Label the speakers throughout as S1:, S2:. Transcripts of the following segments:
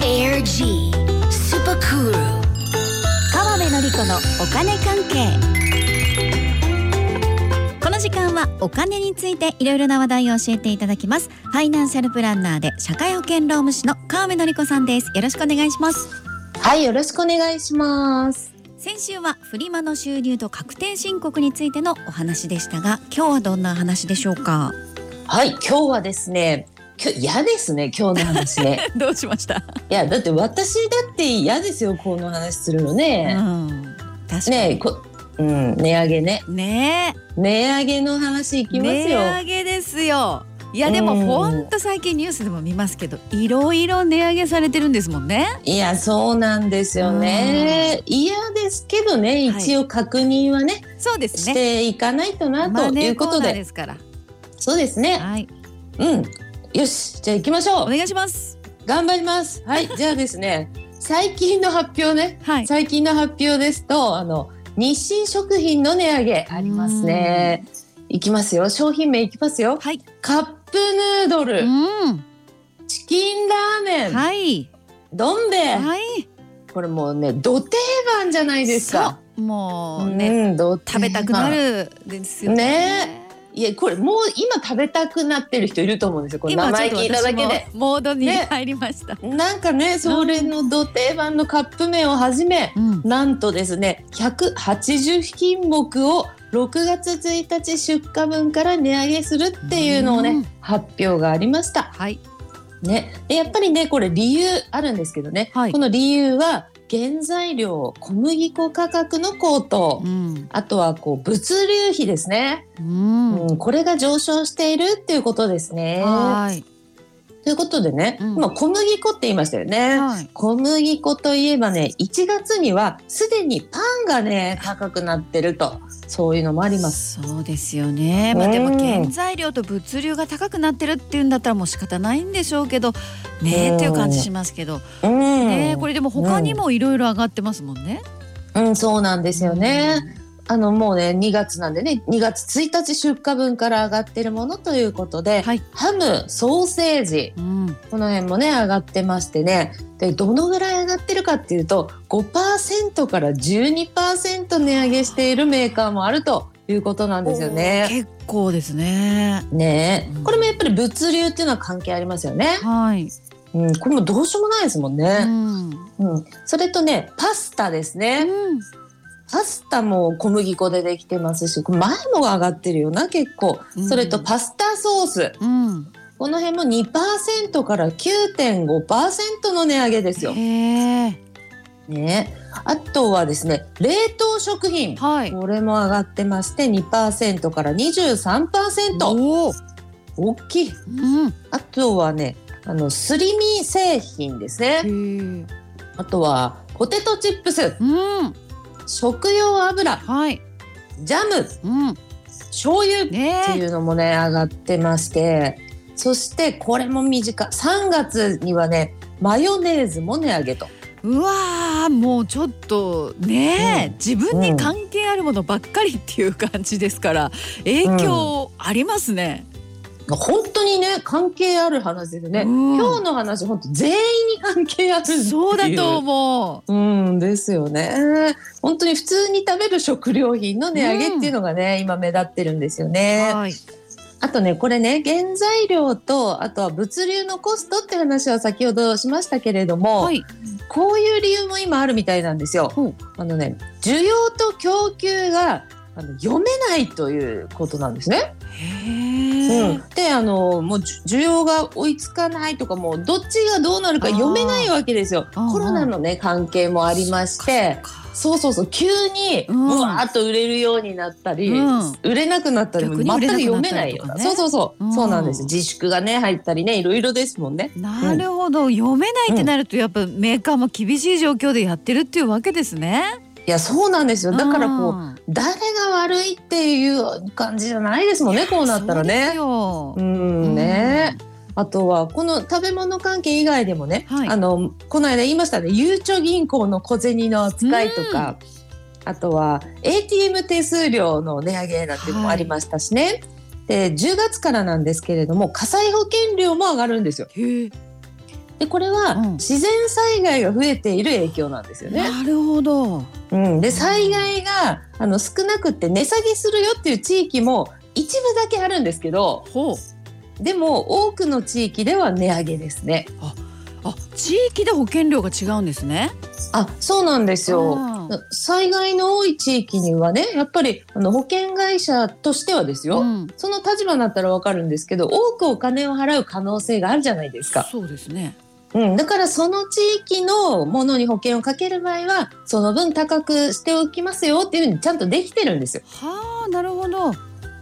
S1: G スーパークール
S2: 川辺典子のお金関係この時間はお金についていろいろな話題を教えていただきますファイナンシャルプランナーで社会保険労務士の川辺典子さんですよろしくお願いします
S3: はい、よろしくお願いします。
S2: 先週はフリマの収入と確定申告についてのお話でしたが今日はどんな話でしょうか
S3: はい、今日はですね、今日嫌ですね、今日の話 ね。
S2: どうしました、
S3: いや、だって私だって嫌ですよ、この話するのね。
S2: うん確か
S3: ねえ
S2: に
S3: こ、うん、値上げね。
S2: ね
S3: 値上げの話い
S2: え
S3: きますよ。
S2: 値上げですよいやでも
S3: うん
S2: ほんと最近ニュースでも見ますけどいろいろ値上げされてるんですもんね
S3: いや、そうなんですよね。嫌ですけどね、
S2: はい
S3: 一応確認はね、
S2: そうです
S3: し
S2: ね
S3: ていかないとな、
S2: マ
S3: とい
S2: ネ
S3: う
S2: ーコ
S3: こ
S2: ー
S3: と
S2: ナ
S3: で。
S2: ーですから
S3: そうですね。
S2: はい
S3: うん。よし、じゃあ行きましょ
S2: お
S3: う。
S2: 願いします
S3: 頑張ります。はい、じゃあですね、最近の発表ね。
S2: はい
S3: 最近の発表ですとあの日清食品の値上げありますね。いきますよ商品名いきますよ。
S2: はい
S3: カップヌード
S2: う
S3: ル、
S2: ん
S3: チキンラーメン、
S2: はい
S3: どん兵衛、
S2: はい
S3: これもうねど定番じゃないですか。
S2: そうもうね
S3: うん、ど定
S2: 食
S3: 番
S2: べたくな。るですよね
S3: ねいやこれもう今食べたくなってる人いると思うんですよ。これ名
S2: 今ちょ
S3: 前
S2: っと
S3: 聞いただ
S2: 私
S3: け
S2: も
S3: で。
S2: モードに
S3: ね
S2: 入りました
S3: なんかねそれのど定番のカップ麺をはじめ、
S2: うん
S3: なんとですね、180品目を6月1日出荷分から値上げするっていうのを
S2: うん
S3: ね、発表がありました。
S2: はい
S3: ね、でやっぱりね、これ理由あるんですけどね、
S2: はい
S3: この理由は原材料、小麦粉価格の高騰、
S2: うん
S3: あとはこう物流費ですね、
S2: うん
S3: うん、これが上昇しているっていうことですね。
S2: はい
S3: ということでね、
S2: うん
S3: 今小麦粉って言いましたよね。
S2: はい
S3: 小麦粉といえばね1月にはすでにパンがね高くなってるとそういうのもあります。
S2: そうですよね、まあ、
S3: うん
S2: でも原材料と物流が高くなってるっていうんだったらもう仕方ないんでしょうけどねえ
S3: うん
S2: っていう感じしますけど、
S3: うん、
S2: ねえこれでも他にもいろいろ上がってますもんね。
S3: うん、そうなんですよね。あのもうね2月なんでね2月1日出荷分から上がってるものということで、
S2: はい
S3: ハムソーセージ
S2: うん。うん
S3: この辺もね上がってましてねでどのぐらい上がってるかっていうと5%から12%値上げしているメーカーもあるということなんですよね。
S2: 結構ですね。
S3: ねえ
S2: うん
S3: これもやっぱり物流っていうのは関係ありますよね。
S2: はい。
S3: うん、これもどうしようもないですもん
S2: う
S3: ね。
S2: ん。
S3: うん、それとね、パスタですね。パスタも小麦粉でできてますし、これ前も上がってるよな、結構。
S2: うん
S3: それとパスタソース。
S2: うん。
S3: この辺も2%から9.5%の値上げですよ。
S2: へえ。
S3: ねえ、あとはですね、冷凍食品。
S2: はい。
S3: これも上がってまして、2%から23%。
S2: おお。
S3: 大きい。
S2: うん。
S3: あとはね、あのすり身製品です
S2: へ
S3: ね。
S2: え。
S3: あとはポテトチップス、
S2: うん。
S3: 食用油、
S2: はい。
S3: ジャム、
S2: うん。
S3: 醤油っ
S2: ね
S3: て
S2: え。
S3: いうのもね上がってまして、そしてこれも短い。3月にはね、マヨネーズも値上げと。
S2: うわーもうちょっとねえ、
S3: うん
S2: 自分に関係あるものばっかりっていう感じですから影響ありますね。
S3: 本当にね関係ある話ですよね。
S2: うん
S3: 今日の話本当全員に関係あるっていう。
S2: そうだと思
S3: うんですよね。本当に普通に食べる食料品の値上げっていうのがね、今目立ってるんですよ
S2: う。
S3: ね。
S2: はい。
S3: あとねこれね原材料とあとは物流のコストって話は先ほどしましたけれども、
S2: はい。
S3: こういう理由も今あるみたいなんですよ。
S2: ほう
S3: あのね需要と供給があの読めないということなんですね。
S2: へえ。
S3: であのもうじゅ需要が追いつかないとかもうどっちがどうなるか読めないわけですよ。
S2: あー
S3: コロナのね関係もありまして。そうそうそう急に
S2: うん
S3: うわーっと売れるようになったり、
S2: うん
S3: 売れなくなったりも
S2: 逆
S3: 全
S2: に
S3: く
S2: 売れなくなっ
S3: 読
S2: たり
S3: めないような、
S2: とかね
S3: そうそうそう、
S2: うん
S3: そうなんです自粛がね入ったりねいろいろですもんね
S2: なるほど、読めないってなるとやっぱメーカーも厳しい状況でやってるっていうわけですね。
S3: いやそうなんですよだからこう、
S2: ん
S3: 誰が悪いっていう感じじゃないですもんねこうなったら
S2: そうです
S3: ね
S2: よ
S3: う。んね、あとはこの食べ物関係以外でもね、
S2: はい
S3: あのこの間言いましたねゆうちょ銀行の小銭の扱いとか、あとは ATM 手数料の値上げなんていうのもありましたしね、で10月からなんですけれども火災保険料も上がるんですよ。
S2: へえ。
S3: でこれは
S2: うん
S3: 自然災害が増えている影響なんですよね。
S2: なるほど。
S3: うん、で災害があの少なくって値下げするよっていう地域も一部だけあるんですけど
S2: ほう。
S3: でも多くの地域では値上げですね。
S2: あ、地域で保険料が違うんですね。
S3: あそうなんですよ
S2: あー
S3: 災害の多い地域にはねやっぱりあの保険会社としてはですよ、
S2: うん。
S3: その立場になったらわかるんですけど多くお金を払う可能性があるじゃないですか、
S2: そうですね。
S3: うん、だからその地域のものに保険をかける場合はその分高くしておきますよっていうふうにちゃんとできてるんですよ。
S2: はあ、なるほど。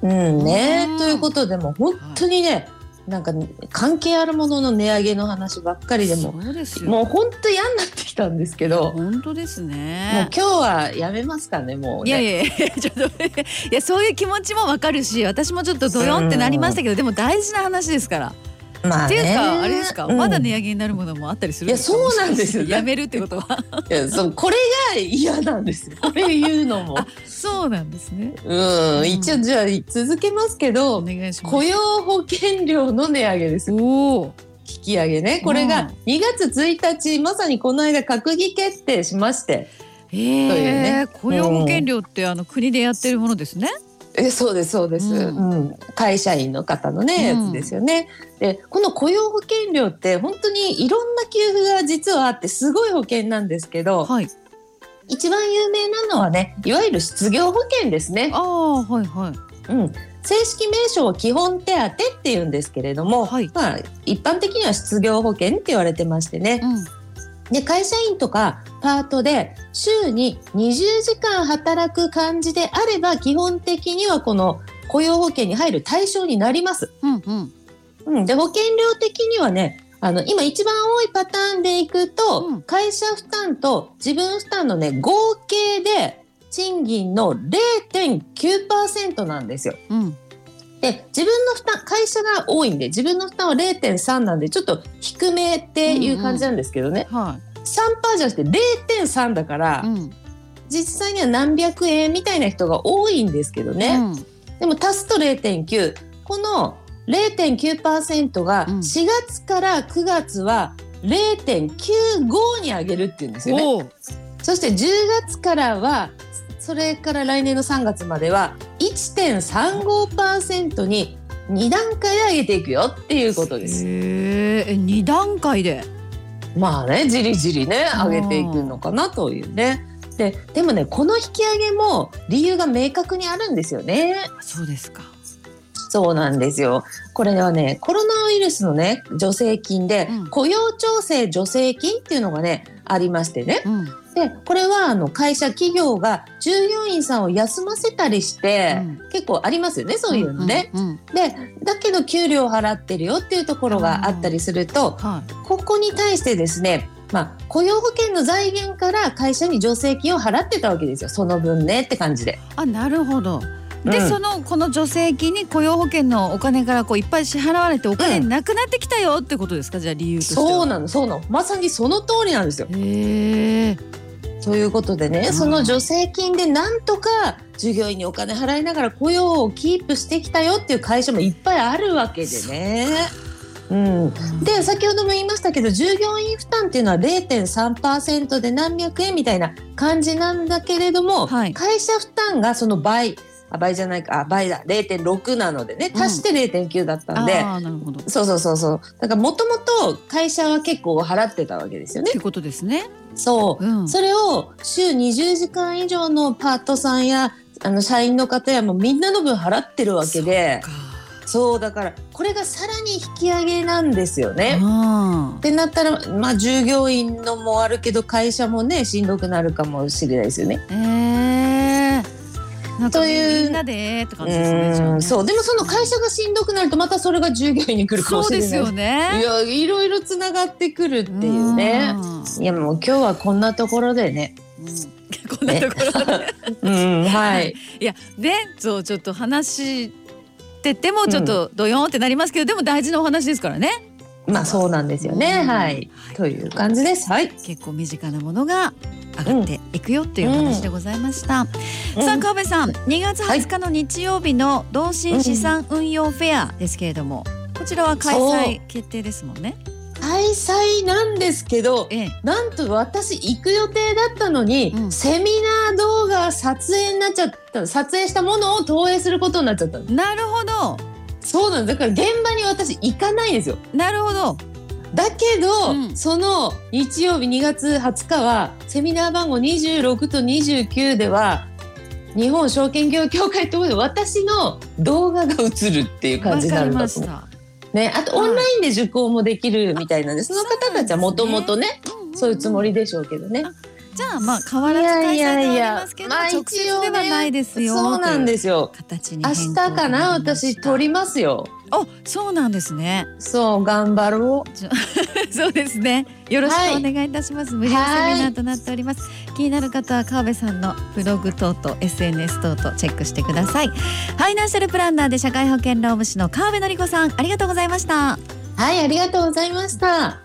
S3: うんね
S2: うん
S3: ということでもう本当にね、なんか関係あるものの値上げの話ばっかりでも
S2: そうですよ。
S3: もう本当嫌になってきたんですけど。
S2: 本当です
S3: もう
S2: ね
S3: 今。日はやめますかね、もう、
S2: いや
S3: ね。
S2: いやいやちょっといやそういう気持ちもわかるし私もちょっとドヨンってなりましたけどでも大事な話ですから。
S3: ま
S2: っていうかあれですか、
S3: うん
S2: まだ値上げになるものもあったりするですか
S3: いやそうなんですよ
S2: やめるってことは
S3: いやそうこれが嫌なんですよ。 これ言うのも。
S2: そうなんです ね。
S3: うん、一応じゃあ続けますけ
S2: お
S3: ど、
S2: 願いしま
S3: 雇
S2: す。
S3: 用保険料の値上げです。
S2: おお。
S3: 引き上げね。これが2月1日、まさにこの間閣議決定しまして。
S2: え
S3: そういう
S2: え
S3: ね
S2: 雇用保険料ってあの国でやってるものですね。
S3: え、そうです、そうです、
S2: う
S3: うんん。会社員の方のね、
S2: うん
S3: やつですよね。で、この雇用保険料って本当にいろんな給付が実はあって、すごい保険なんですけど、
S2: はい。
S3: 一番有名なのはねいわゆる失業保険ですね
S2: あ、あはいはい。
S3: うん、正式名称は基本手当っていうんですけれども、
S2: はい
S3: まあ、一般的には失業保険って言われてましてね
S2: うん。
S3: で会社員とかパートで週に20時間働く感じであれば基本的にはこの雇用保険に入る対象になります。
S2: うんうん。
S3: うん、で保険料的にはねあの今一番多いパターンでいくと、
S2: うん
S3: 会社負担と自分負担のね合計で賃金の0.9%なんですよ。
S2: うん。
S3: で自分の負担会社が多いんで自分の負担は0.3なんでちょっと低めっていう感じなんですけどね、
S2: は
S3: 3%じゃなくて0.3だから、
S2: い。うん。
S3: 実際には何百円みたいな人が多いんですけどね。
S2: うん。
S3: でも足すと0.9この0.9%が
S2: うん
S3: 4月から9月は0.95に上げるっていうんですよね。
S2: おお。
S3: そして10月からはそれから来年の3月までは1.35%に2段階で上げていくよっていうことです。
S2: ええ二段階で。
S3: まあねじりじりね
S2: うん
S3: 上げていくのかなというね。ででもねこの引き上げも理由が明確にあるんですよね。
S2: あそうですか。
S3: そうなんですよ。これはね、コロナウイルスのね、助成金で、
S2: うん
S3: 雇用調整助成金っていうのがね、ありましてね。
S2: うん。
S3: で、これはあの会社企業が従業員さんを休ませたりして、結構ありますよね、そういうのね。。
S2: うんうん。
S3: で、だけど給料払ってるよっていうところがあったりすると、
S2: はい。
S3: ここに対してですね、まあ、雇用保険の財源から会社に助成金を払ってたわけですよ。その分ねって感じで。
S2: あなるほど。で、
S3: うん
S2: そのこの助成金に雇用保険のお金からこういっぱい支払われてお金なくなってきたよってことですか、じゃあ理由としては。
S3: そう
S2: な
S3: なの、そうなの。まさにその通りなんですよ。
S2: へえ。
S3: ということでね、
S2: うん
S3: その助成金でなんとか従業員にお金払いながら雇用をキープしてきたよっていう会社もいっぱいあるわけでね。うん、で先ほども言いましたけど従業員負担っていうのは0.3%で何百円みたいな感じなんだけれども、
S2: はい
S3: 会社負担がその倍あ倍じゃないかあ倍だ0.6なのでね足して0.9だったんで、
S2: ああなるほど。っ
S3: そうそうそうそうだからもともと会社は結構払ってたわけですよね。
S2: てことですね。
S3: そう
S2: うん。
S3: それを週20時間以上のパートさんやあの社員の方やもうみんなの分払ってるわけで
S2: か。
S3: そうだからこれがさらに引き上げなんですよね。
S2: あ
S3: ってなったら、まあ、従業員のもあるけど会社もねしんどくなるかもしれないですよね。
S2: あ。ええ。なんか
S3: という
S2: みんなでって
S3: う
S2: 感じですね。じゃあ
S3: ー
S2: ね
S3: んそうでもその会社がしんどくなるとまたそれが従業員に来るかも
S2: そう
S3: しれ
S2: で
S3: ない
S2: すよね。
S3: いやいろいろつながってくるっていうね。
S2: ん。
S3: いやもう今日はこんなところでね。
S2: うんこんなところで。
S3: うんはい。
S2: いや でそうちょっと話しててもちょっとドヨーンってなりますけど、でも大事なお話ですからね。
S3: まあそうなんですよね。
S2: うん
S3: はい。という感じです。はい。
S2: 結構身近なものが上がっていくよっていうお話でございました、さあ川辺さん2月
S3: はい
S2: 20日の日曜日の同心資産運用フェアですけれども、こちらは開
S3: そ
S2: 催決定ですもんね
S3: うん開催なんですけど
S2: ええ
S3: なんと私行く予定だったのに、
S2: うん
S3: セミナー動画撮影になっちゃった撮影したものを投影することになっちゃったの
S2: なるほど
S3: そうなんですだから現場に私行かないんですよ
S2: なるほど
S3: だけど、
S2: うん
S3: その日曜日2月20日はセミナー番号26と29では日本証券業協会ところで私の動画が映るっていう感
S2: わ
S3: じにな
S2: か
S3: る
S2: り
S3: ん
S2: ま
S3: だと
S2: し
S3: 思う。
S2: た
S3: ね、あとオンラインで受講もできるみたいなんで、その方たちはもともとね、そういうつもりでしょうけどね。
S2: じゃあまあ変わらず開催
S3: いやいやい
S2: ではあ
S3: や
S2: りますけど
S3: まあ
S2: 直接ではないですよ
S3: そうなん
S2: す
S3: ですよ。
S2: 形に
S3: 明日かな、私撮り
S2: ま
S3: ますよ。
S2: あそうなんですね
S3: そう、頑張ろう。
S2: そうですねよろしくお願いいたします、無料セミナーとなっております気になる方は川辺さんのブログ等と SNS 等とチェックしてくださいファイナンシャルプランナーで社会保険労務士の川辺典子さんありがとうございました
S3: はい、ありがとうございました。